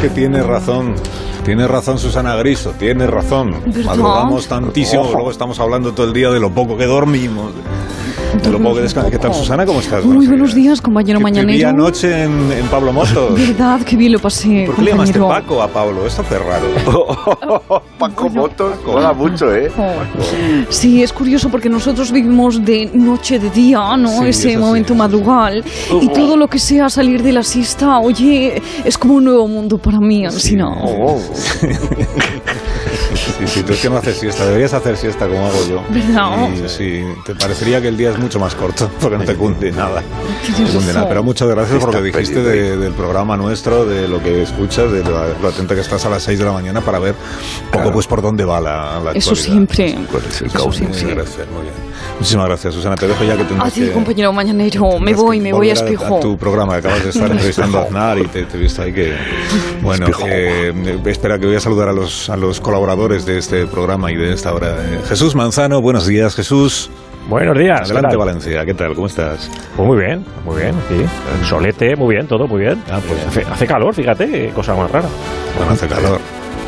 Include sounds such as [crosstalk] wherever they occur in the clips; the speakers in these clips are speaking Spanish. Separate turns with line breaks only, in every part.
que tiene razón. Tiene razón Susana Griso, tiene razón. Madrugamos tantísimo, luego estamos hablando todo el día de lo poco que dormimos. De lo poco que descansamos. ¿Qué tal, Susana? ¿Cómo estás?
Muy buenos días, compañero
que
mañanero.
Te vi anoche en, en Pablo
[laughs]
Motos.
Verdad, que bien lo pasé,
¿Por qué le llamaste Paco a Pablo? Esto fue raro.
[laughs] Paco Motos, mola mucho, ¿eh?
Sí, es curioso porque nosotros vivimos de noche, de día, ¿no?
Sí,
Ese
eso sí, eso sí.
momento
Uh.
madrugal. Y todo lo que sea salir de la siesta, oye, es como un nuevo mundo para mí, si no.
Oh,
[laughs] Sí, sí, tú es que no haces siesta, deberías hacer siesta como hago yo.
¿Verdad?
Y sí, te parecería que el día es mucho más corto, [laughs] porque no te cunde nada.
Tienes
Te cunde nada.
razón.
Pero muchas gracias por lo que
Está
dijiste
perdido,
de- del programa nuestro, de lo que escuchas, de lo, lo atenta que estás a las 6 de la mañana para ver un poco pues por dónde va la, la
Eso
actualidad.
siempre.
¿Cuál es Pues, el
Eso
caos?
Muy bien,
siempre.
gracias, muy bien. Muchísimas gracias, Susana. Te dejo ya que tendrás
Ah, sí,
que...
compañero mañanero, me
tendrás
voy,
que
me voy a
volver
espejo.
tu programa, que acabas de
[laughs]
estar entrevistando a Aznar y te, te he visto ahí que... Bueno,
Espejo.
eh, espera que voy a saludar a los, a los colaboradores de este programa y de esta hora. Eh, Jesús Manzano, buenos días, Jesús.
Buenos días. ¿qué
Adelante,
tal?
Valencia. ¿Qué tal? ¿Cómo estás?
Pues muy bien, muy bien, sí. Solete, muy bien, todo muy bien.
Ah, pues.
Eh, hace, hace calor, fíjate, qué cosa más rara.
Bueno, hace calor.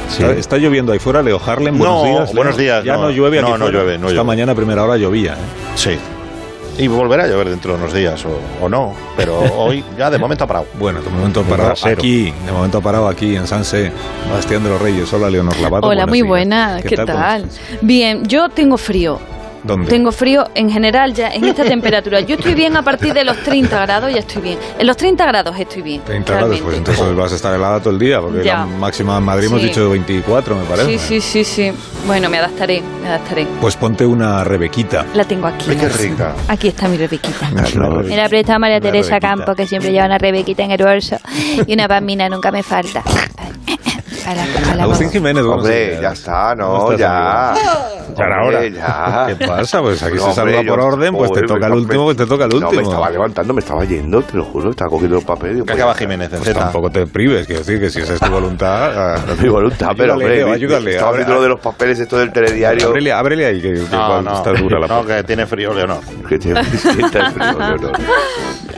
Sí.
Está, está lloviendo ahí fuera, Leo Harlem.
No,
buenos días. Leo.
buenos días,
Ya no,
no.
llueve aquí
No, no
fuera.
llueve, no
Esta
llueve.
mañana a primera hora llovía. ¿eh?
sí. Y volverá a llover dentro de unos días o, o no,
[laughs]
pero hoy ya de momento ha parado.
Bueno, de momento ha parado
Brasero.
aquí, de momento ha parado aquí en San Sebastián de los Reyes. Hola, Leonor Lavato.
Hola,
buenos
muy
días.
buena. ¿Qué,
¿Cómo
tal?
estás?
Bien, yo tengo frío.
¿Dónde?
Tengo frío en general ya en esta temperatura. Yo estoy bien a partir de los 30 grados, ya estoy bien. En los 30 grados estoy bien.
30 grados, pues
realmente.
entonces vas a estar helada todo el día, porque la
Ya.
máxima en Madrid hemos
Sí.
dicho 24, me parece.
Sí, sí, sí, sí. Bueno, me adaptaré, me adaptaré.
Pues ponte una rebequita.
La tengo aquí.
Ay, qué
[laughs]
rica.
Aquí está mi Rebequita.
Claro.
Me la presta María
Una
Teresa
Rebequita.
Campo, que siempre lleva una Rebequita en el bolso. Y una pamina nunca me falta. Para, para la
Agustín Jiménez, buenos
hombre,
días.
ya está,
¿Cómo
no,
estás,
ya.
amigo?
Ya era
Hombre,
hora.
ya.
¿Qué pasa? Pues aquí se
Hombre,
saluda
yo-
por orden, pues te
Joder,
toca el
me-
último, pues te toca el
No, me
último.
estaba levantando, me estaba yendo, te lo juro, estaba cogiendo los papeles. digo,
Que acaba
pues,
Jiménez en
Pues
Z.
tampoco te prives, quiero decir que si esa es
[laughs]
tu voluntad. ah,
No es mi voluntad, pero
Ayúdale,
hombre,
Leo,
vi-
ayúdale.
estaba
Abre-
viendo lo de los papeles esto del
[laughs]
telediario.
Ábrele, ábrele ahí, que, que
No,
igual
no,
está dura la
no, que tiene frío, [laughs] Leonor.
Que te sienta el frío, no, no.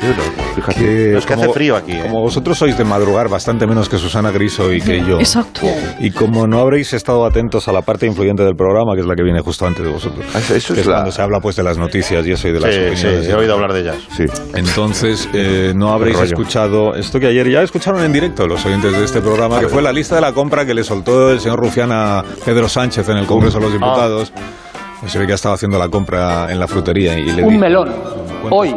Yo no, fíjate.
Que
No, es que hace frío aquí, ¿eh?
Como vosotros sois de madrugar bastante menos que Susana Griso y que yo.
Exacto.
Y como no habréis estado atentos a la parte influyente del programa, que es la que viene justo antes de vosotros,
Ah, eso- eso
que
es la-
cuando se habla pues de las noticias, yo soy de las
Sí, sí,
opiniones.
he oído hablar de ellas.
Sí.
Entonces, eh, no habréis
rollo.
escuchado esto que ayer ya escucharon en directo los oyentes de este programa, que fue la lista de la compra que le soltó el señor Rufián a Pedro Sánchez en el Congreso de los Diputados.
Ah.
Se ve que ha estado haciendo la compra en la frutería y le
Un
dijo-
melón,
¿Cuánto?
hoy,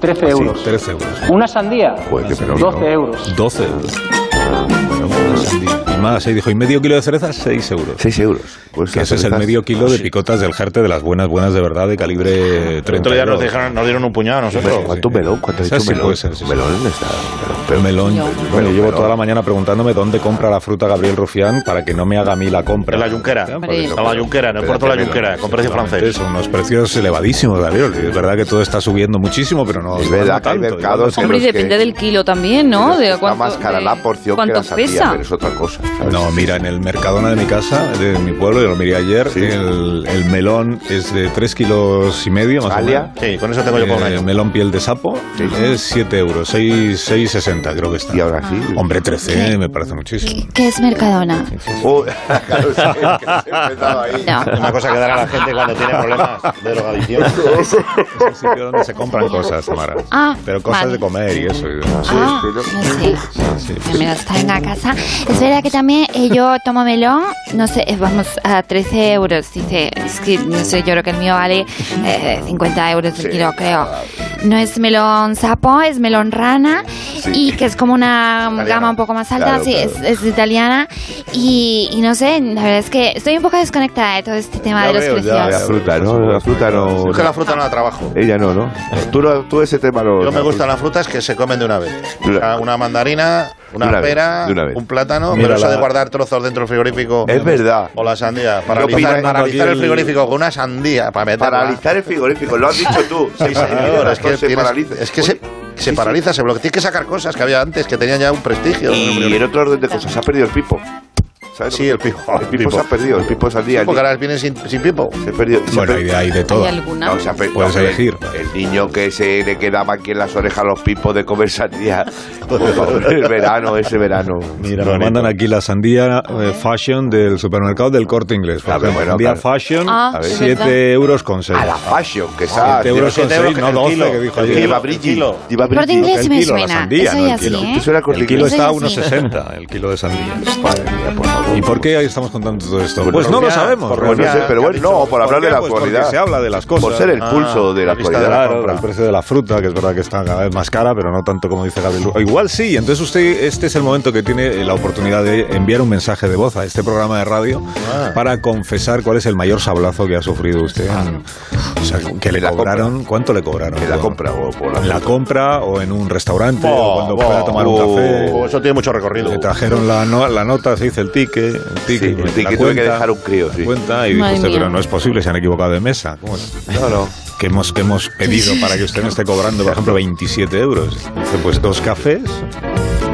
13
Sí,
euros.
13 euros.
Una sandía,
Joder, qué fenómeno.
12 euros.
12 euros.
Ah.
Bueno, una sandía. Y más, ahí dijo, y medio kilo de cereza, 6 euros.
6 euros. Pues
Que
las
ese es el
cervezas-
medio kilo de picotas del jarte de las buenas, buenas de verdad, de calibre
El otro
30
día nos,
euros.
dejaron- nos dieron un puñado a nosotros.
Sí, sí.
¿Cuánto melón? ¿Cuánto has
Esa
dicho
sí
melón?
puede ser, sí, sí.
melón está. melón,
Pero
pero-
melón. Bueno,
Melón,
llevo
melón.
toda la mañana preguntándome dónde compra la fruta Gabriel Rufián para que no me haga a mí la compra.
En la Junquera.
Ah,
Hombre.
pues,
A la Junquera, en el puerto de la Junquera, con precio
Efectivamente,
francés.
Son unos precios elevadísimos, Gabriel. Es verdad que todo está subiendo muchísimo, pero no.
Es
no
verdad que hay
tanto.
mercados en
Hombre, y
los que-
depende del kilo también,
Pero
¿no?
es que
De
está más cara
de
la porción que
Eh, cuánto
la sandía,
pesa.
pero es otra cosa. ¿sabes?
No, mira, en el Mercadona de mi casa, de mi pueblo, yo lo miré ayer,
Sí.
el, el melón es de 3 kilos y medio, más
Alia.
o menos.
Sí, con eso tengo yo por un
Eh,
año.
melón piel de sapo
Sí.
es 7 euros, seis- 6,60 creo que está.
Y ahora sí.
Hombre, 13 me parece muchísimo.
¿Qué es Mercadona?
Oh, [laughs] claro, sí, que se ha empezado
[laughs]
ahí.
No.
Una cosa que dará a la gente cuando tiene problemas de drogadicción.
[laughs] Es el sitio donde se compran cosas, Tamara.
Ah,
Pero cosas
vale.
de comer y eso. y-
Ah,
pero-
no sé.
Sí, sí.
Me está en la casa. Es verdad que también eh, yo tomo melón, no sé, eh, vamos a 13 euros. Dice, es que no sé, yo creo que el mío vale eh, 50 euros el
Sí.
kilo, creo. No es melón sapo, es melón rana. y que es como una
Italiana.
gama un poco más alta,
Claro,
sí,
claro.
Es, es italiana. Y, y no sé, la verdad es que estoy un poco desconectada de todo este tema de los
veo, ya
precios.
La fruta, ¿no? La fruta no.
Yo que la fruta no la trabajo.
Ella no, ¿no? Tú, no- tú ese tema lo.
Yo me gustan las frutas que se comen de una vez.
De una-
Una mandarina, una,
De una vez,
pera,
de una vez.
un plátano,
Mira
pero eso
la-
de guardar trozos dentro del frigorífico.
Es verdad.
O la sandía.
opino-
Paralizar,
aquí
paralizar
el-
el frigorífico con una sandía para meterla.
Paralizar el frigorífico, lo has dicho tú. [laughs]
Sí, señor, es que,
se
tienes-
paraliza.
es que se, se paraliza, se bloquea. Tienes que sacar cosas que había antes que tenían ya un prestigio.
Y en otro orden de cosas, se ha perdido el pipo. ¿Sabes?
Sí, el pipo.
El pipo se ha perdido, el pipo saldía.
Sí,
el
porque
niño-
ahora vienen sin, sin pipo.
Se ha perdido. se ha
Bueno, hay
perdido-
de, hay de todo.
¿Hay alguna?
No, se ha perdido.
Puedes
No, el-
elegir.
El niño que se le quedaba aquí en las orejas los pipos de comer sandía. Por favor, [laughs] el verano, ese verano.
Mira, nos mandan aquí la sandía eh, fashion del supermercado del Corte Inglés. por
Ah,
ejemplo.
bueno,
sandía
claro.
fashion,
Ah,
A ver. es
7 euros con 6.
A la fashion, que esa.
Siete euros con
Siete euros
6, no
el
12
kilo,
que dijo
el
ayer.
kilo.
Lleva brilli. Lleva
El Corte
brilli.
Inglés sí me
El kilo, la
suena.
sandía,
Eso
no el
ya sí,
kilo.
¿eh?
Eso era Corte
El kilo
Inglés.
está a
Eso Ah. es así.
1,60, el kilo de sandía.
Madre mía, por favor.
¿Y por qué estamos contando todo esto?
Pues
Pues no lo
confiar,
sabemos.
por
Pues no
realmente.
sé, pero bueno, no, por hablar
¿Por qué?
de la
Pues porque
actualidad.
se habla de las cosas.
Por ser el pulso de la
Ah, la vista de
actualidad.
la-
Claro, el precio de la fruta, que es verdad que está cada vez más cara, pero no tanto como dice Gabriel. O Igual sí, entonces usted, este es el momento que tiene la oportunidad de enviar un mensaje de voz a este programa de radio
Ah.
para confesar cuál es el mayor sablazo que ha sufrido usted. O sea, que le
En Ah. la
cobraron, ¿cuánto le cobraron?
En la compra o por la
En la
fruta.
compra o en un restaurante, o cuando
Bo,
fue a
bo,
tomar un café.
bo, eso tiene mucho
Le
recorrido.
trajeron la, no- la nota, se dice el ticket, el ticket,
Sí, el
la
ticket, tuve
cuenta,
que dejar un crío, sí.
la cuenta, y dijo
Madre
usted,
mía.
pero no es posible, se han equivocado de mesa. ¿Cómo es?
No, no.
que hemos, que hemos pedido para que usted no esté cobrando, por ejemplo, 27 euros. Dice, Pues dos cafés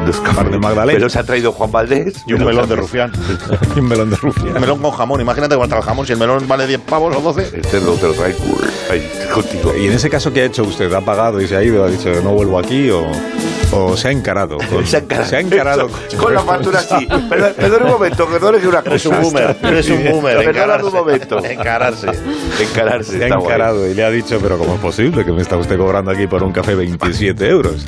Los
Par de magdalenas.
Pero se ha traído Juan Valdés.
Y un melón de rufián.
[laughs] y un melón de
Un
rufia.
melón con jamón. Imagínate cuánto el jamón. Si el melón vale 10 pavos o 12.
Este El cerdo te lo trae ahí, contigo.
Y en ese caso, ¿qué ha hecho usted? ¿Ha pagado y se ha ido? ¿Ha dicho no vuelvo aquí? ¿O, o se ha encarado? con-
Se ha encarado.
se ha encarado
Con, la factura
[laughs]
sí. Perdón, perdón un momento, perdón que una cosa.
Eres un boomer.
[laughs]
Eres un boomer.
Perdona un
Encararse.
momento.
Encararse.
Encararse.
Se ha
está guay.
Pues encarado y le ha dicho, pero ¿cómo es posible que me está usted cobrando aquí por un café 27 euros?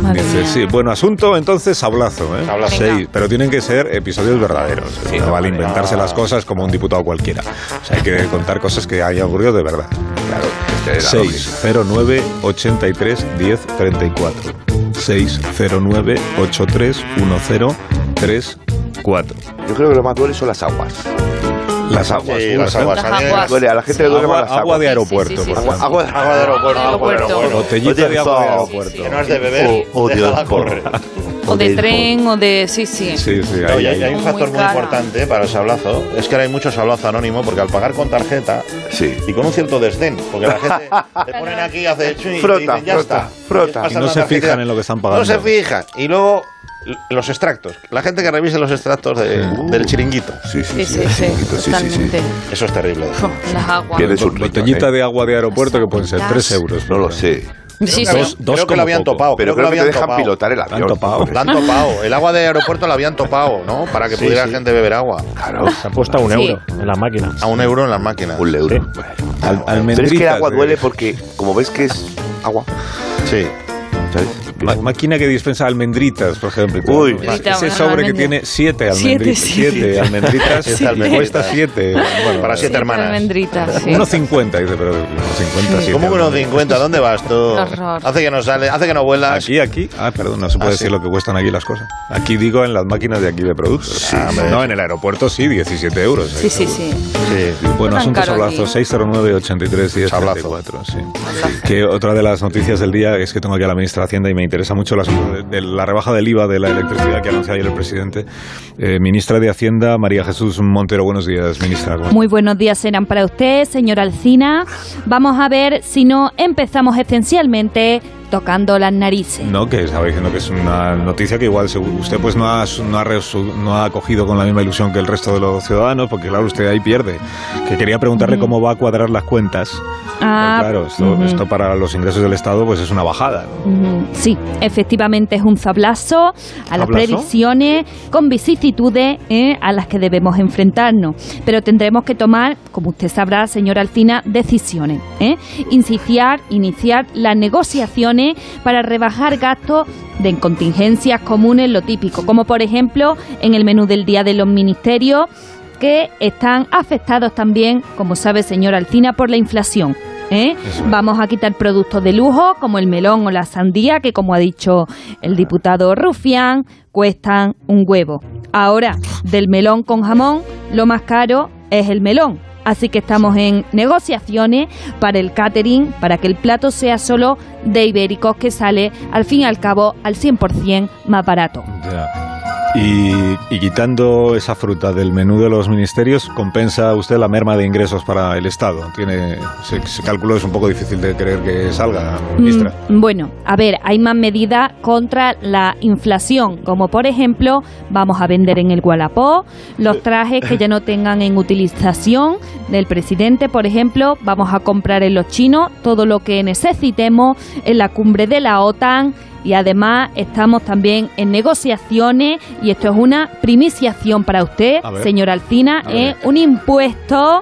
Madre
Dice,
mía.
sí, bueno, asunto entonces sablazo, ¿eh?
Sablazo.
Seis,
Venga.
pero tienen que ser episodios verdaderos. no vale inventarse
Ah.
las cosas como un diputado cualquiera. O sea, hay que contar cosas que hayan ocurrido de verdad.
Claro, este era
609 83 10 34 609 83 10 34
lógico. Yo creo que lo más duele son las aguas.
Las aguas.
Sí,
Uy,
las
¿eh?
aguas.
Las
A mí me-
aguas.
Duele, a la gente le duele más
Agua,
las
agua
aguas.
de aeropuerto.
Sí, sí,
por
sí,
favor.
sí.
Agua,
Agua de aeropuerto.
Aeropuerto.
Botellita de agua de
Oye,
aeropuerto.
sí, sí.
Que no es de beber.
Oh, oh, Dios,
déjala
por-
correr.
O de tren, o de... Sí, sí.
Sí, sí,
No,
ahí,
y hay,
ahí.
hay un
Muy
factor muy,
cara.
importante para el sablazo, es que ahora hay mucho sablazo anónimo, porque al pagar con tarjeta
Sí.
y con un cierto desdén, porque
[laughs]
la gente te ponen aquí, hace chin,
Frota,
y dicen, ya
frota,
está.
frota.
pasan
Y no
la
se
tarjeta.
fijan en lo que están pagando.
No se fijan. Y luego l- los extractos. La gente que revise los extractos de- del chiringuito.
Uh. Sí, sí,
Sí, sí, sí,
sí, sí, sí.
totalmente.
Eso es terrible.
Uf, [laughs] Las aguas.
Pierdes un riñón,
Botellita
¿eh?
de agua de aeropuerto que pueden ser 3 euros.
No lo sé.
Creo
Sí,
que
sí.
Dos- dos
creo que
como
lo habían
poco.
topado.
Pero
creo que lo
te
habían
dejan
topado.
pilotar el ¿eh?
Lo
avión.
han topado.
La han topado. El agua de aeropuerto la habían topado, ¿no? Para que pudiera gente beber agua.
Claro,
Se han puesto a un
Sí.
euro en las máquinas.
A un euro en las máquinas.
un euro.
Sí.
Bueno.
Al,
Pero es que el
almendritas
agua
de-
duele porque, como ves que es agua,
Sí.
¿sabes?
Ma- máquina que dispensa almendritas, por ejemplo.
Uy.
Ese-
Almendrita,
ese
una
sobre que
almendra.
tiene siete
Siete,
almendritas.
siete.
Siete almendritas.
Siete
le
almendritas.
cuesta siete. Bueno, eh.
Para siete hermanas.
Almendritas, sí.
Unos 50, dice, pero unos 50, siete
¿Cómo que unos
almendritas.
50? ¿Dónde vas tú?
Qué horror.
Hace que no sale, hace que no vuelas.
Aquí, aquí. Ah, perdón, no se puede
Ah,
decir
sí.
lo que cuestan aquí las cosas. Aquí digo en las máquinas de aquí de productos.
Ah, hombre.
no, en el aeropuerto sí, 17 euros.
Sí, sí, sí.
Sí.
Bueno,
tan
asunto
caro
sablazo,
aquí.
609 83 10
Sablazo.
34, sí. Que otra de las noticias del día es que tengo aquí a la ministra de Hacienda y me interesa mucho la, de la rebaja del IVA de la electricidad que anunció ayer el presidente. Eh, ministra de Hacienda, María Jesús Montero, buenos días, ministra. ¿Cómo-
Muy buenos días serán para usted, señor Alcina. Vamos a ver si no empezamos esencialmente tocando las narices.
No, que estaba diciendo que es una noticia que igual se- usted pues no ha, no, ha resu- no ha acogido con la misma ilusión que el resto de los ciudadanos, porque claro, usted ahí pierde. Que quería preguntarle cómo va a cuadrar las cuentas.
Ah,
Pero, claro, esto,
ujú.
esto para los ingresos del Estado pues es una bajada. ¿no?
Mm, Sí, efectivamente es un sablazo a las
¿Sablazo?
predicciones con vicisitudes eh, a las que debemos enfrentarnos. Pero tendremos que tomar, como usted sabrá, señor Alcina, decisiones. ¿eh? Iniciar, iniciar las negociaciones para rebajar gastos de contingencias comunes, lo típico, como por ejemplo en el menú del día de los ministerios que están afectados también, como sabe señor Alcina, por la inflación. ¿eh? Vamos a quitar productos de lujo como el melón o la sandía, que como ha dicho el diputado Rufián, cuestan un huevo. Ahora, del melón con jamón, lo más caro es el melón. Así que estamos en negociaciones para el catering, para que el plato sea solo de ibéricos, que sale al fin y al cabo al 100% más barato.
Ya. Y, y quitando esa fruta del menú de los ministerios, compensa usted la merma de ingresos para el Estado. Tiene, se, se calculó, es un poco difícil de creer que salga, ministra.
Mm, Bueno, a ver, hay más medidas contra la inflación, como por ejemplo, vamos a vender en el Gualapó los trajes que ya no tengan en utilización del presidente, por ejemplo, vamos a comprar en los chinos todo lo que necesitemos en la cumbre de la OTAN. Y además estamos también en negociaciones y esto es una primiciación para usted,
A ver.
señor Alcina,
A
es
ver.
un impuesto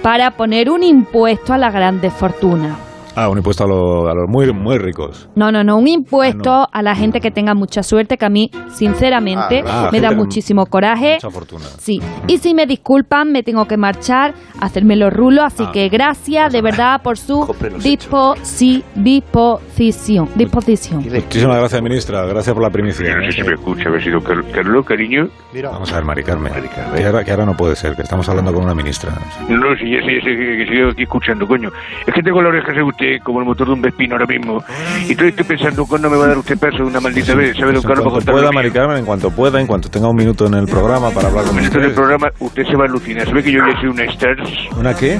para poner un impuesto a las grandes fortunas.
Ah, un impuesto a, lo- a los muy, muy ricos.
No, no, no, un impuesto
Ah,
a la gente que tenga mucha suerte, que a mí, sinceramente,
Ah, claro.
me da
Gente con
muchísimo coraje.
Ah, Mucha fortuna.
Sí, y si me disculpan, me tengo que marchar a hacerme los rulos, así
Ah,
que gracias de verdad por su
Compre los
disposi- disposición. disposición.
Muchísimas gracias, ministra. Gracias por la primicia.
Yo no sé si me escucha, me sido Car- Carlos, cariño.
Mira,
Vamos a ver, Mari Carmen.
Mari Carmen.
Que ahora, que ahora no puede ser, que estamos hablando con una ministra.
No, si ya sé, ya sé que que sigo aquí escuchando, coño. Es que tengo la oreja de usted como el motor de un vespino ahora mismo. Y estoy, estoy pensando cuándo me va a dar usted paso de una maldita vez, ¿sabe, don
en
Carlos?
cuanto
para
pueda,
contarme?
Mari Carmen, en cuanto pueda, en cuanto tenga un minuto en el programa para hablar con
Esto del
ustedes.
programa, usted se va a alucinar. ¿Sabe que yo ya soy una stars?
¿Una qué?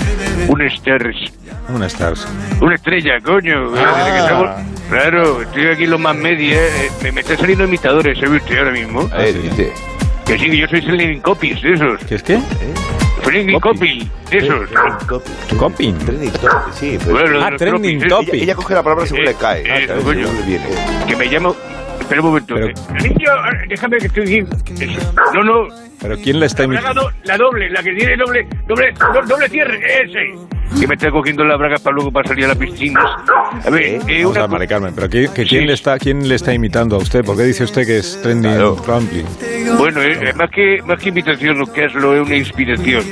Una stars.
Una stars.
Una estrella, coño. Desde
Ah.
que estamos- Claro, estoy aquí lo más media. eh, Me, me están saliendo imitadores, ¿sabe usted ahora mismo?
Eh, dice.
Que sí, que yo soy Selling Copies, de esos.
¿Qué es qué?
Selling Copies, de esos.
Coping.
Trending topic, sí. pues. pero-
Bueno, de
Ah,
los
trending
copies, eh.
topic.
Ella, ella coge la palabra según
Eh,
le cae.
eh,
¿sabes?
coño.
Según le viene.
que me llamo. Espera un momento. eh.
Pero-
Niño, ah, déjame que estoy aquí. Eso. No, no.
¿Pero quién le está
La, braga
imitando?
do- la doble, la que tiene doble, doble, do- doble cierre, ese. Que me está cogiendo la braga para luego para salir a la piscina. A ver, eh,
Vamos a
una
ver,
co-
Mari Carmen, pero ¿qué- que quién, le está, ¿quién le está imitando a usted? ¿Por qué dice usted que es trending
Claro.
trampling?
Bueno, eh, más que más que invitación, lo que es lo es una inspiración.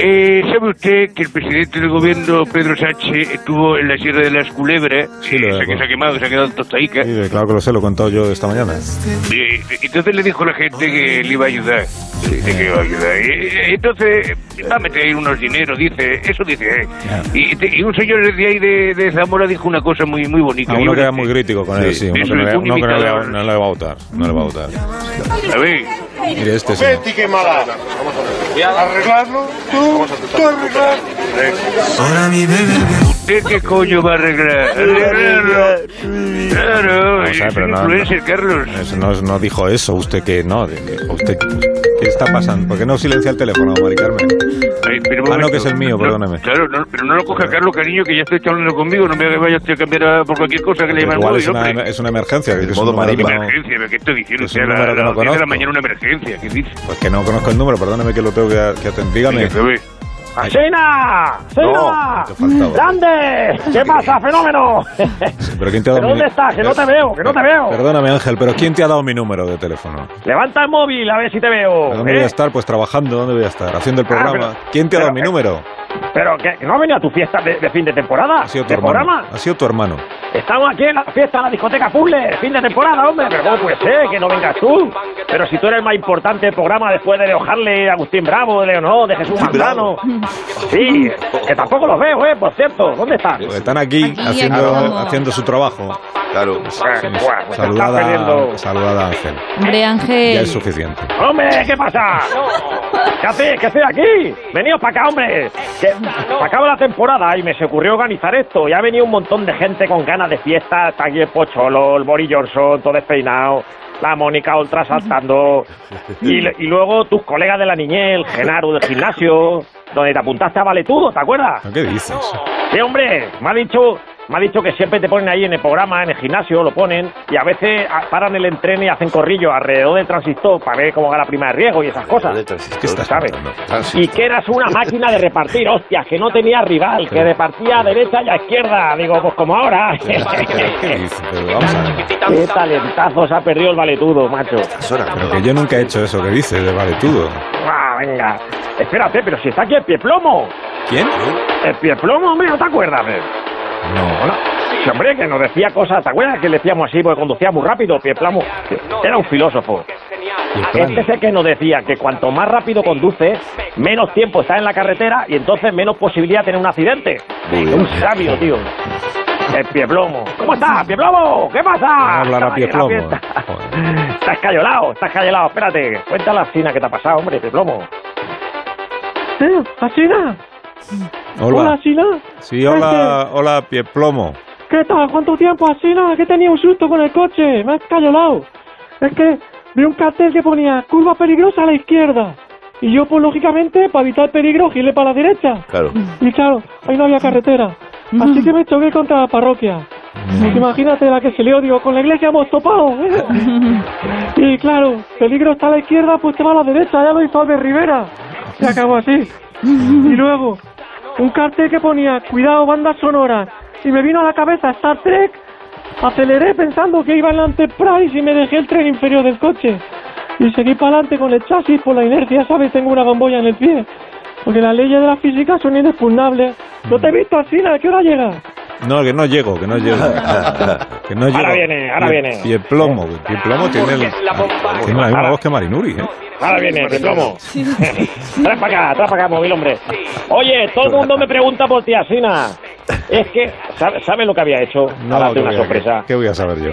Eh, ¿Sabe usted que el presidente del gobierno, Pedro Sánchez, estuvo en la Sierra de las Culebras?
Sí, lo
Eh, se,
de
que
acuerdo.
se ha quemado, se ha quedado en Tostaica.
Sí, claro que lo sé, lo he contado yo esta mañana.
Eh, entonces le dijo a la gente que le iba a ayudar. Dice que iba a ayudar. Eh, entonces va a meter ahí unos dineros, dice, eso dice. eh.
Ya.
Y, te- y un señor desde ahí de, de Zamora dijo una cosa muy muy bonita.
A Ah, uno
Yo
que
creo
era muy crítico con
Sí,
él, sí. Uno
es
que no le,
un
uno que no le-
imitador.
no le va a votar. No le va a votar.
A ver,
Mire, este señor.
qué mala. Arreglarlo, tú, tú arreglar.
¿usted qué coño va a arreglar? Arreglarlo. Claro,
Vamos a ver,
es
pero
un
no-
influencer, Carlos.
Eso no, no dijo eso, usted que no. de- que- usted, ¿Qué está pasando? ¿Por qué no silencia el teléfono, Mari Carmen?
Ay, pero un
Ah, no,
momento.
que es el mío,
No,
perdóname.
Claro, no, pero no lo coja Carlos, cariño, que ya estoy hablando conmigo. No me vaya usted a cambiar a- por cualquier cosa que le llame al
Igual es
móvil,
una,
hombre.
es una emergencia. que es
modo
un número que no-
Emergencia, ¿qué estoy diciendo?
Es un
Usted a la-
número
a
que
las
no
10 de la
conozco.
mañana una emergencia, ¿qué dice?
Pues que no conozco el número, perdóneme que lo tengo que, que atender. Dígame.
Ve.
¡Cena! ¡Cena!
te faltaba.
¡Grande! ¿Qué
[laughs]
pasa, fenómeno?
¿Pero quién te ha dado
¿Pero
mi-
dónde estás? Que no te veo, que no te veo.
Perdóname, Ángel, pero ¿quién te ha dado mi número de teléfono?
Levanta el móvil a ver si te
¿A
veo.
¿Dónde voy a
¿eh? Ah,
estar? Pues trabajando, ¿dónde voy a estar? Haciendo el programa.
pero-
¿Quién te ha dado
pero-
mi
eh,
número?
Pero que que no has venido a tu fiesta de, de fin de temporada.
Ha sido tu
¿De
hermano.
programa?
Ha sido tu hermano.
Estamos aquí en la fiesta de la discoteca Puzzle, fin de temporada, hombre. Pero cómo puede ser que no vengas tú. Pero si tú eres el más importante del programa después de Leo Harley, de Agustín Bravo, de Leonor, de Jesús Manzano. Sí, que tampoco los veo, eh, por cierto. ¿Dónde están?
Porque Pues están aquí,
Aquí,
haciendo,
aquí estamos.
haciendo su trabajo. Pues,
Claro.
Buah, se pues, está
Saludada,
perdiendo.
saludada Ángel.
Hombre,
Ya
Ángel.
es suficiente.
¡Hombre! ¿Qué pasa? ¿Qué hacéis? ¿Qué hacéis aquí? Venidos para acá, hombre. Que se acaba la temporada y me se ocurrió organizar esto. Ya ha venido un montón de gente con ganas de fiesta. Está aquí el Pocholo, el Boris Johnson, todo despeinado. La Mónica Oltra saltando. Y,
[laughs]
le- y luego tus colegas de la niñez, el Genaro del gimnasio, donde te apuntaste a Valetudo, ¿te acuerdas?
¿Pero ¿Qué dices?
Sí, hombre, me ha dicho, me ha dicho que siempre te ponen ahí en el programa, en el gimnasio, lo ponen, y a veces a- paran el entreno y hacen corrillo alrededor del transistor para ver cómo va la prima de riesgo y esas cosas.
¿Qué estás
¿Sabe?
contando?
Y que eras una máquina de repartir, hostias, que no tenía rival, que repartía a derecha y a izquierda. Digo, pues como ahora.
¿Pero pero qué dices? Pero vamos a ver.
Qué talentazo se ha perdido el valetudo, macho.
Pero que yo nunca he hecho eso que dices de valetudo.
Ah, venga. Espérate, pero si está aquí el pie plomo.
¿Quién?
El pie plomo, hombre, ¿no te acuerdas? eh?
No.
Sí, hombre, que nos decía cosas, ¿te acuerdas que le decíamos así porque conducía muy rápido? Pie plomo que era un filósofo. Este es el que nos decía que cuanto más rápido conduces, menos tiempo está en la carretera y entonces menos posibilidad de tener un accidente. Un sabio, tío. El pie plomo. ¿Cómo estás, pie plomo? ¿Qué pasa?
a hablar a
Estaba aquí en la
Pieplomo.
fiesta. Estás callolado, estás callolado. Espérate, cuenta la fina que te ha pasado, hombre, pie plomo. ¿Eh? ¿Asina?
Hola.
Asina.
Sí, hola, hola, pie plomo.
¿Qué tal? ¿Cuánto tiempo, Asina? Que he tenido un susto con el coche. Me has callolado. Es que vi un cartel que ponía curva peligrosa a la izquierda. Y yo, pues lógicamente, para evitar peligro, giré para la derecha.
Claro.
Y claro, ahí no había carretera. Así que me choqué contra la parroquia. Pues imagínate la que se le digo, con la iglesia hemos topado. ¿eh? y claro, peligro está a la izquierda, pues te va a la derecha, ya lo hizo Albert Rivera. Se acabó así. y luego, un cartel que ponía, cuidado, banda sonora. Y me vino a la cabeza Star Trek, aceleré pensando que iba en la Enterprise y me dejé el tren inferior del coche. Y seguí para adelante con el chasis por la inercia, ¿sabes? Tengo una bombolla en el pie. Porque las leyes de la física son inexpugnables. No te he visto así, ¿a qué hora llegas?
No, que no llego, que no llego. que no llego.
Ahora viene, ahora
Pie-
viene.
Pie plomo, que pie plomo tiene, el- tiene la misma voz que Marinuri, ¿eh?
Ahora viene, me plomo. [laughs] Trae para acá, trae para acá, móvil, hombre. Oye, todo el mundo me pregunta por ti, Asina. Es que, ¿sabes sabe lo que había hecho? Para darte
¿qué
una
voy a-
sorpresa.
¿Qué voy a saber yo?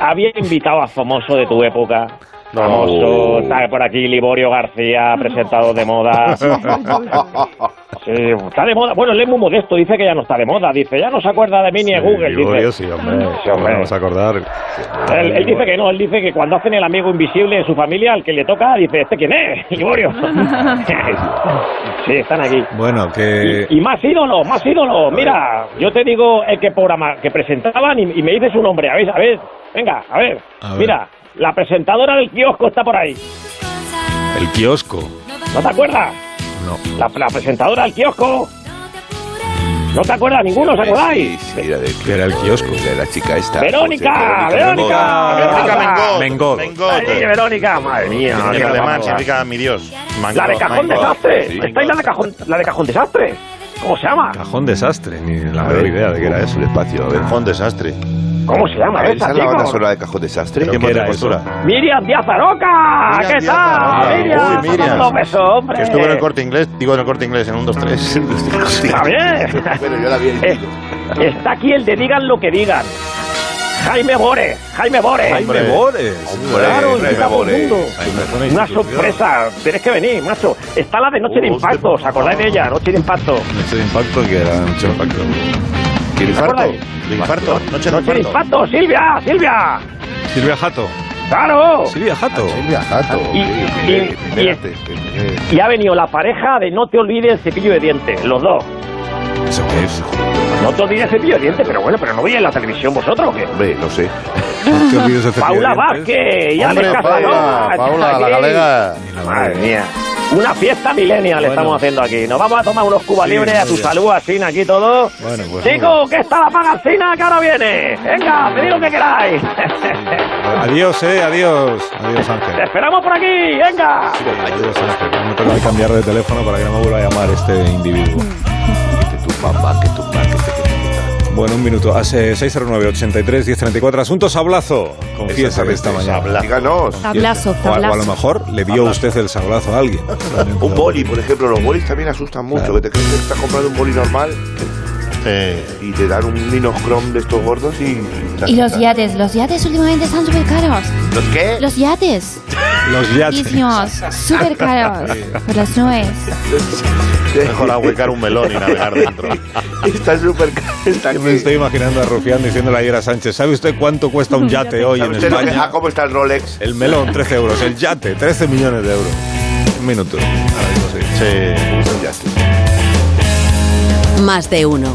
Había invitado a famoso de tu época. Famoso, está por aquí Liborio García, presentado
[laughs]
de moda. Sí, está de moda. Bueno, él es muy modesto, dice que ya no está de moda. Dice, ya no se acuerda de mí ni de Google.
Sí,
dice.
Liborio, sí, hombre.
Sí, hombre.
Vamos a acordar.
Él, él dice que no, él dice que cuando hacen el amigo invisible en su familia, al que le toca, dice, ¿este quién es? [laughs] Liborio. sí, están aquí.
Bueno, que.
Y, y más ídolos, más ídolos. Mira, yo te digo el que programa, que presentaban y, y me dices su nombre. A ver, a ver, venga, a ver.
A ver.
Mira, la presentadora del kiosco está por ahí.
El kiosco.
¿No te acuerdas?
No.
La, la presentadora del kiosco. ¿No te acuerdas ninguno? ¿Os
Sí,
acordáis?
sí, la del-
Era el kiosco.
de la chica esta.
Verónica, Verónica,
Verónica
Verónica.
Mengot.
Mengot.
Ay, Verónica, madre mía.
En
qué
alemán
barbaridad.
significa mi Dios. Mango-
La de cajón
mango.
desastre.
sí.
¿Estáis la de cajón, la de cajón desastre? ¿Cómo se llama?
Cajón desastre, ni la
A
menor
ver,
idea de qué era eso.
Un espacio, a ver.
Fue un desastre.
Ah. ¿Cómo se
A
llama
ver,
esta,
esa es la banda
chicos?
sonora de Cajón Desastre.
¿Qué era eso?
Miriam Díaz Aroca,
Miriam
¿qué
Díaz
tal?
Aroca.
Miriam,
Ah, Uy, Miriam.
dando besos, hombre.
Que estuvo en el corte inglés, digo en el corte inglés, en un [laughs] 2-3.
Está bien.
[laughs]
Pero yo la había
Eh,
elegido.
Está aquí el de digan lo que digan. Jaime Bore, Jaime Bore.
Jaime Bores.
Hombre,
Claro, invitado
Raimabores.
al mundo.
Jaime es
Una
institución.
sorpresa, tenés que venir, macho. Está la de Noche de Impacto, ¿os acordáis de ella? Noche de Impacto.
Noche de impacto que era mucho impacto.
¿Quiere infarto?
De infarto, noche de
Noche de
infarto.
Impacto, Silvia, Silvia.
Silvia Jato.
Claro.
Silvia Jato.
Silvia Jato.
Y- y-
Eh,
y-
espérate, eh,
Y ha venido la pareja de No te olvides el cepillo de dientes, los dos.
¿Eso qué es?
No te olvides el cepillo de dientes, pero bueno, pero no veis en la televisión vosotros o qué.
Hombre, no sé.
[laughs] No te olvides de cepillo de
Paula
dientes.
Vázquez, ya
Hombre,
me [laughs]
Paula, Paula, la galega.
Madre mía. Una fiesta millennial
Bueno.
estamos haciendo aquí. Nos vamos a tomar unos cubas
Sí,
libres a
muy
tu
bien.
salud, así aquí todo.
Bueno, pues,
Chicos, que está la pagacina que ahora viene. Venga, pedid lo que queráis.
Adiós, eh, adiós. Adiós, Ángel.
Te esperamos por aquí,
[laughs]
venga.
Sí, adiós, Ángel. Me toca cambiar de teléfono para que no me vuelva a llamar este individuo.
Que tu mamá, que tu mamá, que te- que te-
Bueno, un minuto. Hace 609-83-1034. Asuntos hablazo. Confiesa que esta mañana.
Díganos.
Tablazo,
O a, o a lo
tablazo.
mejor le dio usted el sablazo a alguien.
[laughs] Un boli, por ejemplo, los
[laughs]
bolis también asustan mucho. Que te crees que estás comprando un boli normal
Eh,
y te dan un ninocrom de estos gordos y.
Y los yates, los yates últimamente están súper caros.
¿Los qué?
Los yates,
Los yates.
Ísimos, súper caros. Por las nubes.
mejor ahuecar un melón y navegar
[laughs]
dentro.
Está súper está
Yo me
aquí.
estoy imaginando a Rufián diciéndole ayer a Sánchez, ¿sabe usted cuánto
[laughs]
cuesta un yate hoy en
¿Sabe usted lo que-
España?
ah, cómo está el Rolex?
El melón, 13 euros. El yate, 13 millones de euros. Un minuto. Ahora mismo sí.
Sí.
Ya está.
Más de uno.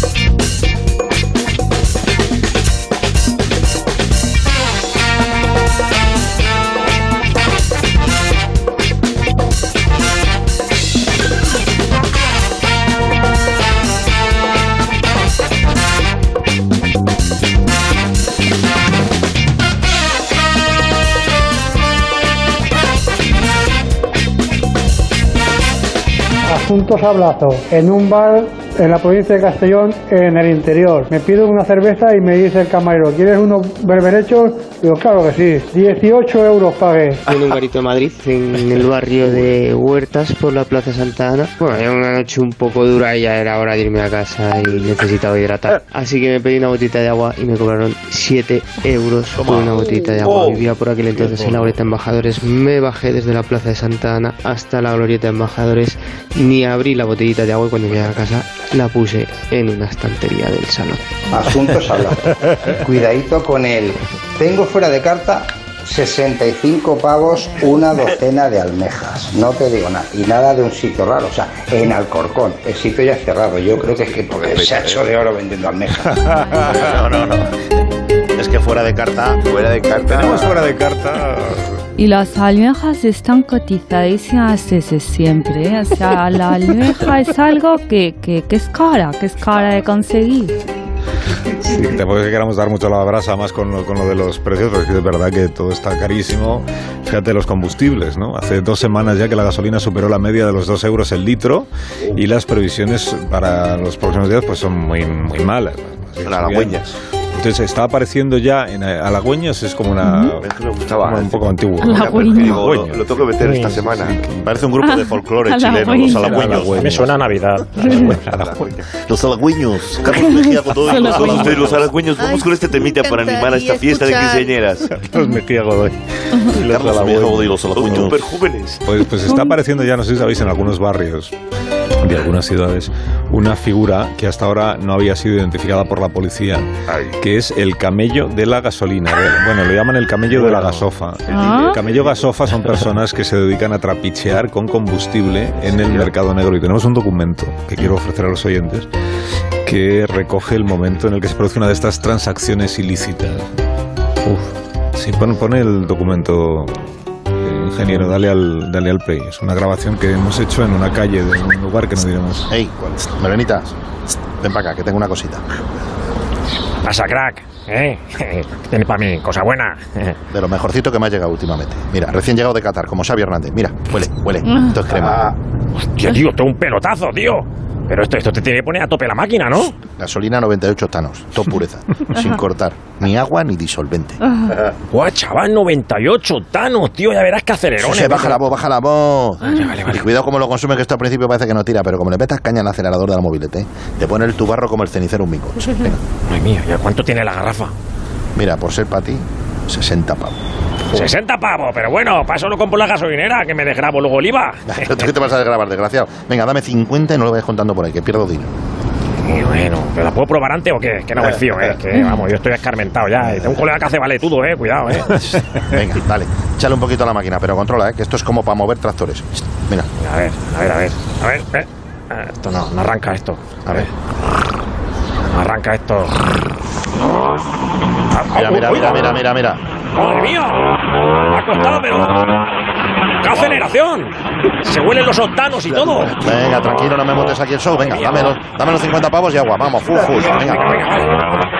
Santos Ablazo, en un bar en la provincia de Castellón, en el interior. Me pido una cerveza y me dice el camarero, ¿quieres unos berberechos? Digo, claro que sí. 18 euros pagué.
En un garito de Madrid, en el barrio de Huertas, por la Plaza Santa Ana. Bueno, era una noche un poco dura y ya era hora de irme a casa y necesitaba hidratar. Así que me pedí una botita de agua y me cobraron 7 euros por una botita de agua.
Oh.
Vivía por aquel entonces en la Glorieta Embajadores. Me bajé desde la Plaza de Santa Ana hasta la Glorieta Embajadores. Ni abrí la botellita de agua y cuando llegué a casa la puse en una estantería del salón.
Asuntos hablados. Cuidadito con él. Tengo fuera de carta 65 pavos, una docena de almejas. No te digo nada. Y nada de un sitio raro. O sea, en Alcorcón. El sitio ya es cerrado. Yo creo que es que porque se ha hecho de oro vendiendo almejas.
No, no, no. Es que fuera de carta. Fuera de carta. Tenemos fuera de carta.
Y las almejas están cotizadísimas desde siempre. O sea, la almeja es algo que, que, que es cara, que es cara de conseguir.
Sí, tampoco es que queramos dar mucho la brasa más con lo, con lo de los precios, pero es que es verdad que todo está carísimo. Fíjate los combustibles, ¿no? Hace dos semanas ya que la gasolina superó la media de los dos euros el litro y las previsiones para los próximos días pues son muy, muy malas. Son
halagüeñas.
Entonces está apareciendo ya en eh, Halagüeñas, es como una... como un poco antiguo. ¿no?
Halagüeño. Lo- lo tengo que meter esta semana.
Parece un grupo de folclore chileno, los halagüeños.
Me suena a Navidad.
Los halagüeños. Carlos Mejía con todo el
Los
corazón.
halagüeños. Los halagüeños, vamos con este temita para
encantaría
animar a esta fiesta de
escuchar.
quinceañeras.
[laughs] Los Mejía Godoy.
Y los
Carlos Mejía Godoy y los halagüeños.
Súper jóvenes.
Pues, pues está apareciendo ya, no sé si sabéis, en algunos barrios de algunas ciudades, una figura que hasta ahora no había sido identificada por la policía, que es el camello de la gasolina. De- Bueno, lo llaman el camello de la gasofa.
Ah.
El camello gasofa son personas que se dedican a trapichear con combustible en el mercado negro. Y tenemos un documento que quiero ofrecer a los oyentes que recoge el momento en el que se produce una de estas transacciones ilícitas. Uf. Sí, pon, pone el documento, eh, ingeniero, dale al, dale al play. Es una grabación que hemos hecho en una calle de un lugar que no diremos.
Ey, Melenita, ven para acá, que tengo una cosita.
Pasa, crack. ¿eh? [laughs] Tiene para mí, cosa buena.
De lo mejorcito que me ha llegado últimamente. Mira, recién llegado de Qatar, como Xavi Hernández. Mira, huele, huele. Esto es crema.
Ah. Hostia, tío, tengo un pelotazo, tío. Pero esto, esto te tiene que poner a tope la máquina, ¿no?
Gasolina 98 tanos, top
[laughs]
pureza, sin cortar, ni agua ni disolvente.
[laughs] Guau, chaval, 98 tanos, tío. Ya verás que eh, acelerones.
José, baja la voz, baja la voz.
Ah,
Y cuidado como lo consume, que esto al principio parece que no tira, pero como le metas caña al acelerador del mobilete, ¿eh? te pone el tubarro como el cenicero a un mico.
Ay, mía, ¿ya cuánto tiene la garrafa?
Mira, por ser para ti, 60 pavos.
60 pavos, pero bueno, paso lo compro en la gasolinera, que me desgrabo luego el
[laughs]
IVA.
¿Pero tú ¿Qué te vas a desgrabar, desgraciado? Venga, dame 50 y no lo vayas contando por ahí, que pierdo dinero.
Y bueno, ¿pero la puedo probar antes o qué? Que no me fío, ¿eh? Que vamos, yo estoy escarmentado ya. Y tengo un colega que hace valetudo, ¿eh? Cuidado, ¿eh?
[laughs] Venga, dale, échale un poquito a la máquina, pero controla, ¿eh? que esto es como para mover tractores. Venga.
A ver, a ver, a ver. A ver, eh. Ah, Esto no, no arranca esto. A ver. No arranca esto.
Mira, Ah, mira, mira, mira, mira, mira.
¡Madre mía! Me ha costado, pero. ¡Qué aceleración! Se huelen los octanos y todo.
Venga, tranquilo, no me montes aquí el show. Venga, dame los, dame los 50 pavos y agua. Vamos, full, full. Venga.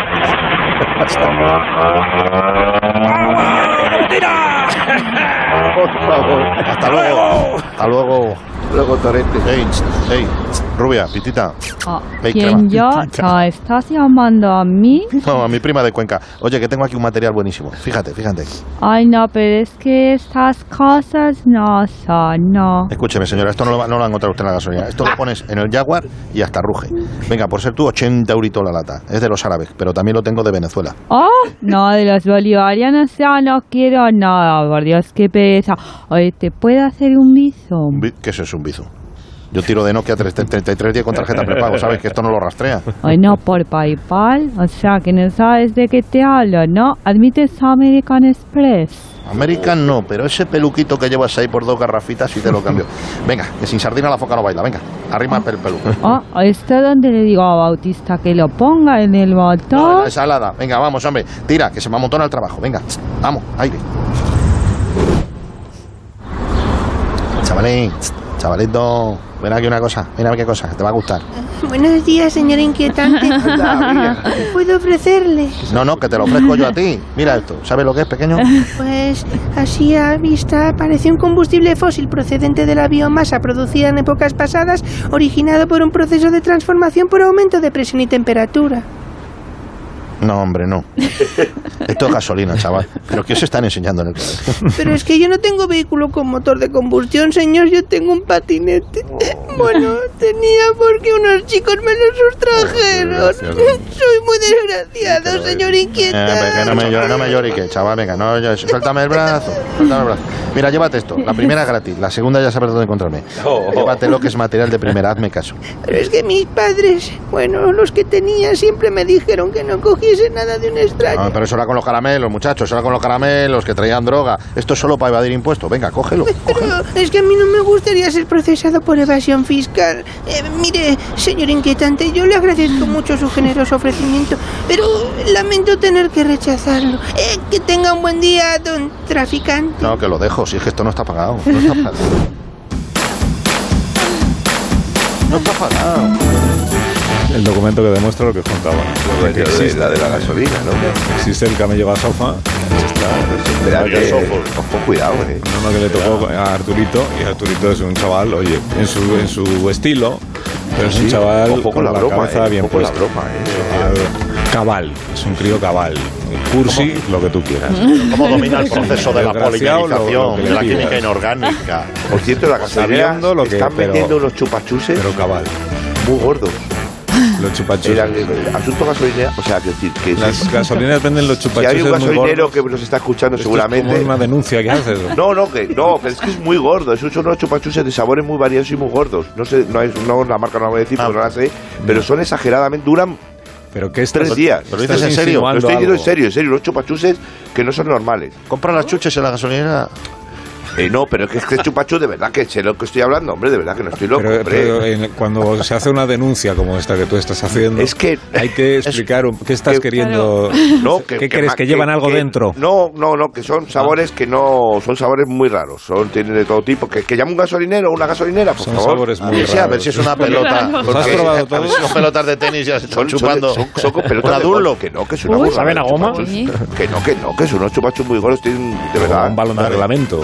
Por favor.
Hasta luego. Hasta luego. Luego, Torete. Ey, ch, ey, ch, rubia, pitita.
Ah,
Ey,
¿Quién yo?
crema.
¿Ya estás llamando a mí?
No, a mi prima de Cuenca. Oye, que tengo aquí un material buenísimo. Fíjate, fíjate.
Ay, no, pero es que estas cosas no son, no.
Escúcheme, señora, esto no lo, va- no lo va a encontrar usted en la gasolina. Esto lo pones en el Jaguar y hasta ruge. Venga, por ser tú, 80 euritos la lata. Es de los árabes, pero también lo tengo de Venezuela.
Oh, no, de los bolivarianos ya no quiero nada, por Dios, qué pereza. Oye, ¿te puedo hacer un bizo?
Un bi- ¿Qué es eso, un bizu? Yo tiro de Nokia 3310 con tarjeta prepago, ¿sabes? Que esto no lo rastrea.
Ay, no, por PayPal, o sea, que no sabes de qué te hablo, ¿no? Admites American Express.
American no, pero ese peluquito que llevas ahí por dos garrafitas sí te lo cambio. Venga, que sin sardina la foca no baila, venga, arrima el pel- peluco.
Ah, ¿esto donde le digo a Bautista que lo ponga en el botón?
Esa alada, venga, vamos, hombre, tira, que se me amontona el trabajo, venga, tss, vamos, aire. Chavalín, tss, Chavalito, ven aquí una cosa, mira qué cosa, te va a gustar.
Buenos días,
[laughs]
señora inquietante.
mira.
¿Qué puedo ofrecerle?
No, no, que te lo ofrezco yo a ti. Mira esto, ¿sabes lo que es, pequeño?
Pues así a vista parece un combustible fósil procedente de la biomasa producida en épocas pasadas, originado por un proceso de transformación por aumento de presión y temperatura.
No, hombre,
[laughs]
no. Esto es gasolina, chaval. Pero ¿qué os están enseñando en el colegio?
Pero es que yo no tengo vehículo con motor de combustión, señor, yo tengo un patinete.
Oh.
Bueno, tenía porque unos chicos me lo sustrajeron. Soy muy desgraciado, señor
Eh,
inquietante.
venga, no me llores, no me lloriques, chaval, venga, no llores. Suéltame el brazo, suéltame el brazo. Mira, llévate esto. La primera es gratis, la segunda ya sabes dónde encontrarme.
Oh,
Llévate lo que es material de primera, hazme caso.
Pero
Eh,
es que mis padres, bueno, los que tenía, siempre me dijeron que no cogiese nada de un extraño.
No, pero eso era con los caramelos, muchachos, eso era con los caramelos que traían droga. Esto es solo para evadir impuestos. Venga, cógelo.
Pero es que a mí no me gustaría ser procesado por evasión fiscal. Eh, mire, señor inquietante, yo le agradezco mucho su generoso ofrecimiento, pero lamento tener que rechazarlo. Eh, que tenga un buen día, don traficante.
No, que lo dejo, si es que esto no está pagado. No está pagado. No está pagado.
El documento que demuestra lo que contaba.
Bueno, yo de la de la gasolina, ¿no?
Existe el camello gasofa.
Espera, que-
con cuidado,
eh.
No, no, que le tocó a Arturito, y Arturito es un chaval, oye, en su, en su estilo, pero es un
Sí,
chaval
ojo con
con
la
la,
broma,
cabeza
eh,
bien
ojo con la
puesta. Cabal, cabal, es un crío cabal. Cursi, lo que tú quieras.
¿Cómo domina el proceso de la
Desgraciado, lo- lo que
polimerización,
le
de la
pidas.
química inorgánica?
Por cierto, la gasolina
Sabiendo lo que-
están
pero-
vendiendo unos chupachuses
Pero cabal.
muy gordos.
Los chupachuses.
Era el asunto gasolinera, o sea, quiero decir que...
Las gasolineras venden los
Si hay
chupachuses
un
muy
gasolinero
gordos.
que nos está escuchando
Esto es
seguramente...
como una denuncia que haces.
[laughs] No, no, que no, pero es que es muy gordo. Esos son unos chupachuses de sabores muy variados y muy gordos. No sé, no, es, no la marca no la voy a decir porque no la sé, pero son exageradamente, duran
Ah. Mm. ¿Pero qué
estás-
tres días.
pero lo dices en serio?
Lo estoy diciendo en
Algo.
serio, en serio. Los chupachuses que no son normales.
Compra las chuches en la gasolinera.
Eh, no, pero es que este chupachus de verdad que sé lo que estoy hablando, hombre, de verdad que no estoy loco,
Pero,
hombre.
pero eh, en- cuando se hace una denuncia como esta que tú estás haciendo,
Es que-
hay que explicar un- qué estás queriendo.
No,
¿Qué crees?
ma-
¿Que llevan algo
que-
dentro?
No, no, no, que son sabores que no. Son sabores muy raros. Son, tienen de todo tipo. Que, que llame un gasolinero o una gasolinera, por
Son
favor.
sabores
A ver, si, a ver si es una [laughs]
[laughs]
pelota.
Porque-
Porque- a ver si son pelotas de tenis ya se están
Son- son-
chupando.
Son, son con pelotas
Una
de
Dunlop.
golf, Que no, que es una
Uy. ¿eh?
burrada,
¿Saben a
los
goma?
chupachus.
Sí.
Que no, que no, que son unos chupachus muy gordos. Tienen, de verdad. Un
balón de reglamento.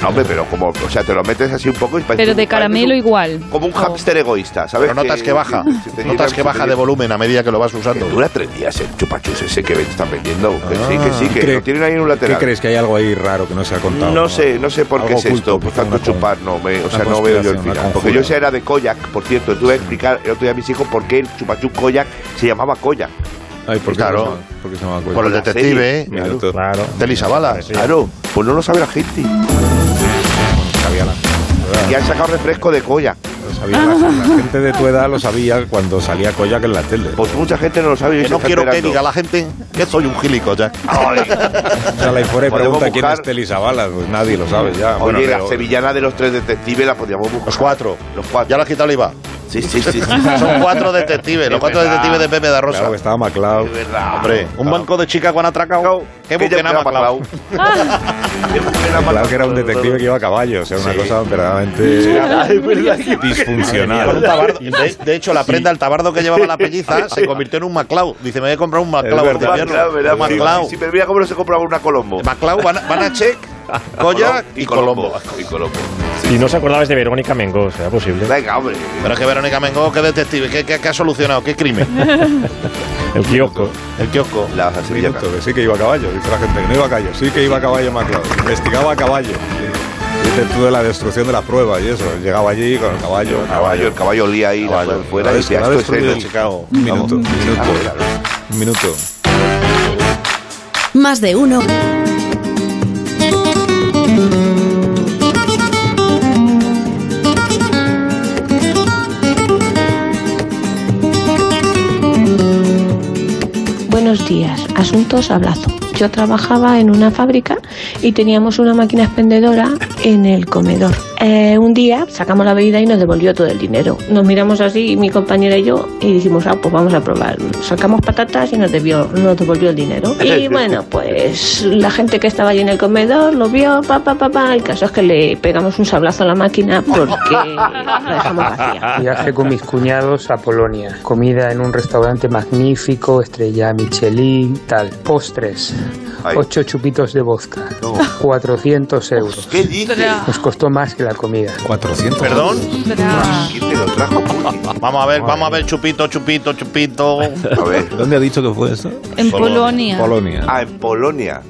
No, hombre, pero como. O sea, te lo metes así un poco y parece
Pero de
un-
caramelo igual.
Como
Oh.
un hámster egoísta, ¿sabes?
Pero notas que baja. Notas que baja de volumen a medida que lo vas usando.
Dura tres días el chupachus ese que están vendiendo. Que sí,
Ah.
que sí, que
¿Cree-
lo tienen ahí en un lateral.
¿Qué crees que hay algo ahí raro que no se ha contado?
No, sé, no sé por qué
Algo
es esto.
oculto,
Por tanto,
una con-
chupar no me, o
una
sea, no veo yo el
conspiración, una
final.
conjura.
Porque yo ese era de Koyak, por cierto, tuve que explicar el otro día a mis hijos por qué el chupachú Koyak se llamaba Koyak.
Ay, ¿por qué
Claro.
no se- por qué se llama cuello?
Por el
La
detective,
serie.
¿eh?
Mira, esto- Claro.
De Lisabala.
Claro, pues no lo sabe la gente.
Sabía la,
Y han sacado refresco de Koyak.
lo sabía la- la gente de tu edad lo sabía cuando salía Koyak en la tele.
Pues mucha gente no lo sabe. y
Que
se
no
está
quiero que
enterando.
diga la gente que soy un gilico, Jack. [laughs]
O sea, la Ifore
Podemos
pregunta quién
buscar-
es Telly Savalas, pues nadie lo sabe ya.
Oye,
Bueno,
la
pero-
sevillana de los tres detectives la podríamos buscar.
Los cuatro.
Los cuatro.
Ya lo has quitado, Iba.
Sí, sí, sí.
[laughs] Son cuatro detectives, los
Es
cuatro
verdad.
detectives de Pepe da Rosa.
Claro que estaba MacLeod.
Es verdad.
Hombre, un banco de chicas con atracado. Que
Que
busquen
ya
a
era
Maclau.
Claro que era un detective que iba a caballo, o sea, una cosa
[laughs]
verdaderamente
[laughs]
Con un
disfuncional.
tabardo. pues [laughs] De, de hecho, la prenda, el tabardo que llevaba la
[laughs]
pelliza, se convirtió en un Maclau. Dice, me voy a comprar un Maclau. de
Maclau,
invierno.
¿verdad?
Un Maclau.
Si me veía cómo no se compraba una Colombo.
Maclau, van a- van a
[laughs]
check, Koyak y Colombo.
Y Colombo.
Y no os acordabais de Verónica Mengó, será
[laughs]
posible.
Venga, hombre.
Pero es que Verónica Mengó, qué detective, qué, qué- qué ha solucionado, qué crimen.
El kiosco.
El kiosco.
La sevillana.
Minuto, que sí que iba a caballo, dice la gente, que no iba a caballo, sí que iba a caballo MacLeod, investigaba a caballo. Dice tú de la destrucción de la prueba y eso, llegaba allí con el caballo.
Caballo, el caballo olía ahí la
Caballo.
fuera
La
y
des-
decía,
la
esto es
destruido
el- Ah,
de Chicago. Un minuto, un minuto, un minuto.
Más de uno.
Buenos días, asuntos hablazo. Yo trabajaba en una fábrica y teníamos una máquina expendedora en el comedor. Eh, un día sacamos la bebida y nos devolvió todo el dinero. Nos miramos así, mi compañera y yo, y dijimos, ah, pues vamos a probar. Sacamos patatas y nos, debió, nos devolvió el dinero. Y bueno, pues la gente que estaba allí en el comedor lo vio, pa, pa, pa, pa. El caso es que le pegamos un sablazo a la máquina porque
[laughs]
Ah,
la dejamos vacía.
[laughs] Viaje con mis cuñados a Polonia. Comida en un restaurante magnífico, estrella Michelin, tal. Postres. Ocho chupitos de vodka. 400 euros.
[laughs] ¿Qué dices?
Nos costó más que la comida.
400.
¿Perdón?
¿Quién te lo trajo?
Vamos a ver, vamos a ver, chupito, chupito, chupito.
A ver. ¿Dónde ha dicho que fue eso?
En Polonia.
Polonia.
Ah, en
[laughs]
Polonia.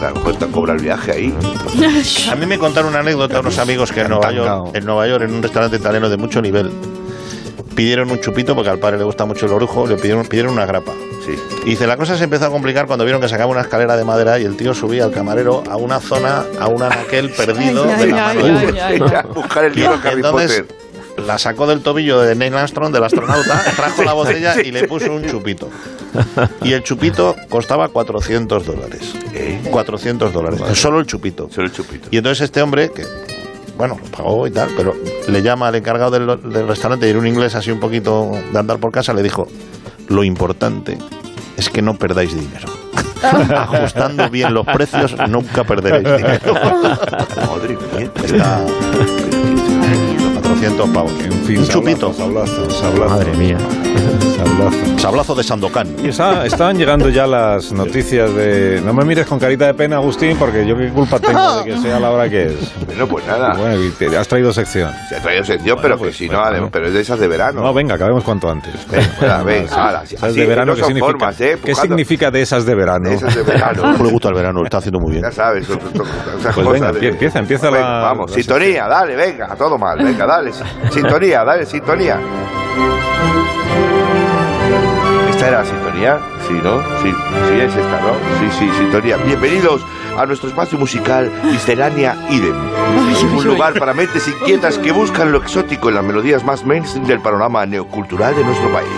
A lo mejor te han cobrado el viaje ahí.
A mí me contaron una anécdota unos amigos que en Nueva York, en Nueva York, en un restaurante italiano de mucho nivel, pidieron un chupito porque al padre le gusta mucho el orujo, le pidieron, pidieron una grapa.
Sí.
Y dice, la cosa se empezó a complicar cuando vieron que sacaba una escalera de madera y el tío subía al camarero a una zona, a un
[laughs]
anaquel perdido
Ay, ay,
de la
ay,
mano.
ay, ay, ay. Buscar el libro de Harry
Entonces,
Potter.
la sacó del tobillo de Neil Armstrong, del
[laughs]
astronauta, trajo la botella y le puso un chupito. Y el chupito costaba 400 dólares. 400 dólares. Solo el chupito.
¿Eh? Solo el chupito.
Y entonces este hombre, que bueno, lo pagó y tal, pero le llama al encargado del, del restaurante y era un inglés así un poquito de andar por casa, le dijo, lo importante es que no perdáis dinero. Ajustando bien los precios, nunca perderéis dinero.
Madre mía.
Está 400 pavos. un chupito.
Sablazo, sablazo.
Madre mía.
Sablazo.
Sablazo de Sandokan.
Y está- están llegando ya las noticias de... No me mires con carita de pena, Agustín, porque yo qué culpa tengo de que sea la hora que es.
Bueno, pues nada.
Bueno, y te- has traído sección.
Se ha traído sección, pero
pues,
que si no, adem- pero es de esas de verano.
No, venga, acabemos cuanto antes.
a ver, ala,
Esas
así,
de verano,
no
¿qué
son
significa?
formas, eh,
¿Qué
pujando.
significa de esas de verano?
De esas de verano.
[laughs] No le gusta el verano, lo está haciendo muy bien.
Ya sabes, son- son- son- esas
[laughs] Pues
cosas
venga,
de-
empieza, empieza
Venga,
la-
Vamos,
la
sintonía, dale, venga, todo mal, venga, dale,
[laughs]
si- sintonía, dale, sintonía. ¿Esta era la sintonía? Sí, ¿no? Sí, sí, es esta, ¿no? Sí, sí, sintonía. Bienvenidos a nuestro espacio musical Miscelánea Idem. Un lugar para mentes inquietas que buscan lo exótico en las melodías más mainstream del panorama neocultural de nuestro país.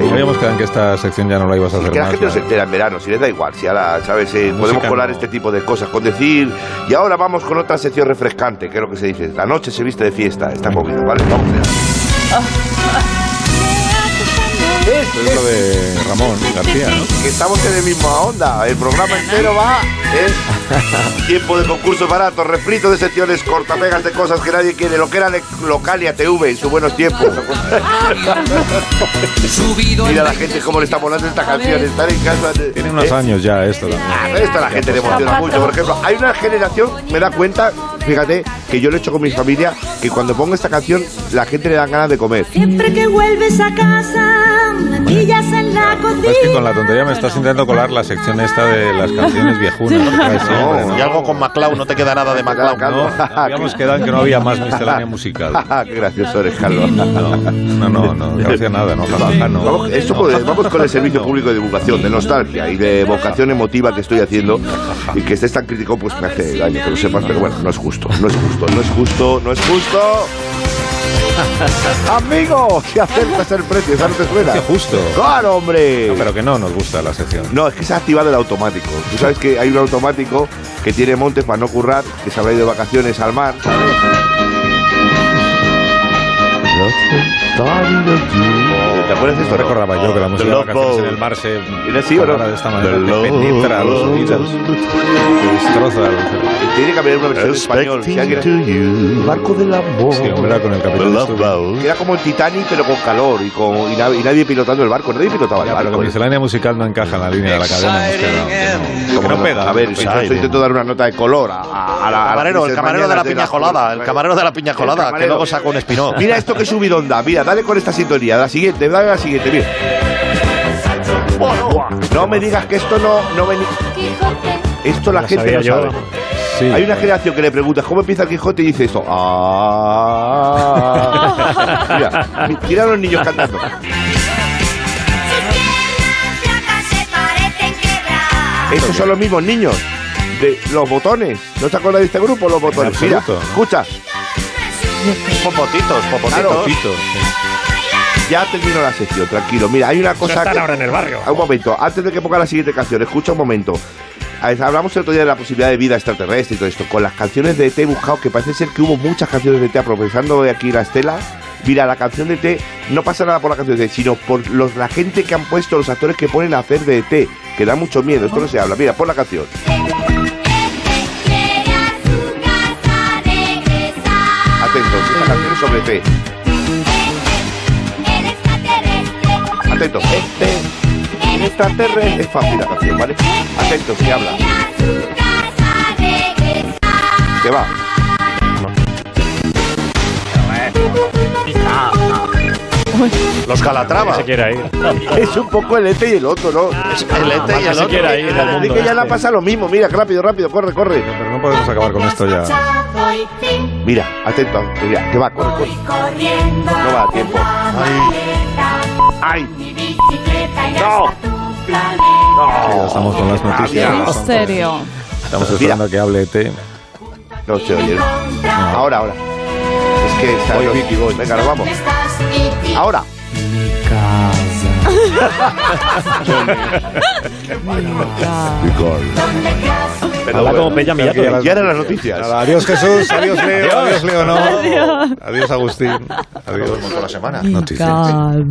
Sí, habíamos quedado en que esta sección ya no la ibas a hacer
Que la
más,
gente no se
¿vale?
entera en verano, si les da igual, si ahora, ¿sabes? Eh,
música
podemos colar
no.
este tipo de cosas con decir. Y ahora vamos con otra sección refrescante, que es lo que se dice. La noche se viste de fiesta, está movido, ¿vale? Vamos allá.
Esto es lo de Ramón García, ¿no?
Que estamos en la misma onda, el programa entero va. Es [laughs] tiempo de concursos baratos, refritos de secciones, cortapegas de cosas que nadie quiere, lo que era Lec- Localia TV en sus buenos tiempos. Mira la gente cómo le está molando esta canción, estar en casa. de-
Tiene unos años ya esto también.
Ah, Pero Esto a la gente le emociona mucho. Por ejemplo, hay una generación, me da cuenta, fíjate, que yo lo he hecho con mi familia, que cuando pongo esta canción, la gente le dan ganas de comer.
Siempre que vuelves a casa, manillas en la cocina.
Es que con la tontería me estás intentando colar la sección esta de las canciones viejunas. que traes siempre,
No,
¿no?
y algo con MacLeod, no te queda nada de MacLeod.
No, [laughs] habíamos quedado en que no había más
[laughs]
miscelánea musical.
Qué gracioso eres, Carlos.
No, no, no, no, gracias nada, no, jajaja, no.
Vamos, esto puede- vamos con el servicio público de divulgación, de nostalgia y de vocación emotiva que estoy haciendo y que estés tan crítico, pues me hace daño que lo sepas, pero bueno, no es justo, no es justo, no es justo, no es justo. Amigo, si acertas el precio, ¿sabes te suena?
Qué justo.
Claro, hombre.
No, pero que no nos gusta la sección.
No, es que se ha activado el automático. Tú sabes que hay un automático que tiene montes para no currar, que se habrá ido de vacaciones al mar. ¿sabes? ¿Te acuerdas de esto?
No recordaba yo que la música de
Love
vacaciones
Boat.
en el mar se
¿Era así o no?
parara de esta manera,
The
te penetra
Love
los oídos, te destroza los oídos.
Tiene que haber una versión en español. si alguien-
Barco del amor.
Sí, hombre, era con el este, capitán Stubbing.
Que era como el Titanic, pero con calor y, con, y, na- y nadie pilotando el barco. Nadie pilotaba el
Ya, pero
barco.
la miscelánea musical no encaja en la línea de la cadena. hemos quedado. Que
Como
no pega.
A ver, si yo estoy intentando dar una nota de color a, a- a la. a
Camarero,
las
el camarero de la piña colada, el camarero de la piña colada, que luego saca un espinó.
Mira esto que subidonda. Mira, dale con esta sintonía. La siguiente, dale la siguiente. Mira. No me digas que esto no, no venía. Esto la,
La
gente
sabía
no
yo.
sabe. Hay una generación que le preguntas cómo empieza el Quijote y dice esto. Ah. mira, mi- mira a los niños cantando. Estos son los mismos niños de los botones. ¿No te acuerdas de este grupo, los botones? Mira,
absoluto, ¿no?
escucha.
Popotitos, popotitos.
Claro.
Tito, sí.
Ya termino la sección, tranquilo. Mira, hay una cosa.
están
que- Ah,
ahora en el barrio.
Un momento, antes de que ponga la siguiente canción, escucha un momento. A ver, Hablamos el otro día de la posibilidad de vida extraterrestre y todo esto. Con las canciones de T he buscado, que parece ser que hubo muchas canciones de T aprovechando de aquí la estela. Mira, la canción de T no pasa nada por la canción de T, sino por los, la gente que han puesto, los actores que ponen a hacer de T, que da mucho miedo. Esto no se habla. Mira, pon la canción. Atentos, esta canción es sobre E T. Atentos, este. El extraterrestre es fácil la canción, ¿vale? Atentos, que habla. Que va.
Los Calatrava.
Se quiere ir.
Es un poco el este y el otro, ¿no? Ah, Es
el este y el otro.
Así que ya le pasa lo mismo. Mira, rápido, rápido, corre, corre.
Pero no podemos acabar con esto ya.
Voy pim,
Mira, atento, mira, que va, corre, corre.
corriendo
No va a tiempo.
mi bicicleta y
no.
Sí, ya estamos con las
Adiós.
noticias.
En serio.
Estamos esperando a que hable ET.
No se oye. Ahora, ahora. Es que está
Voy,
los-
Vicky, voy.
Venga, nos vamos.
estás mi tía.
Ahora.
Ah.
[laughs]
Pero
Habla como
bueno,
Peña
creo que ya
Millato.
las-
Ya eran las noticias.
Nada, adiós Jesús, adiós Leo,
Adiós.
adiós Leo, no.
Adiós.
Adiós Agustín. Adiós.
la semana.
Noticias.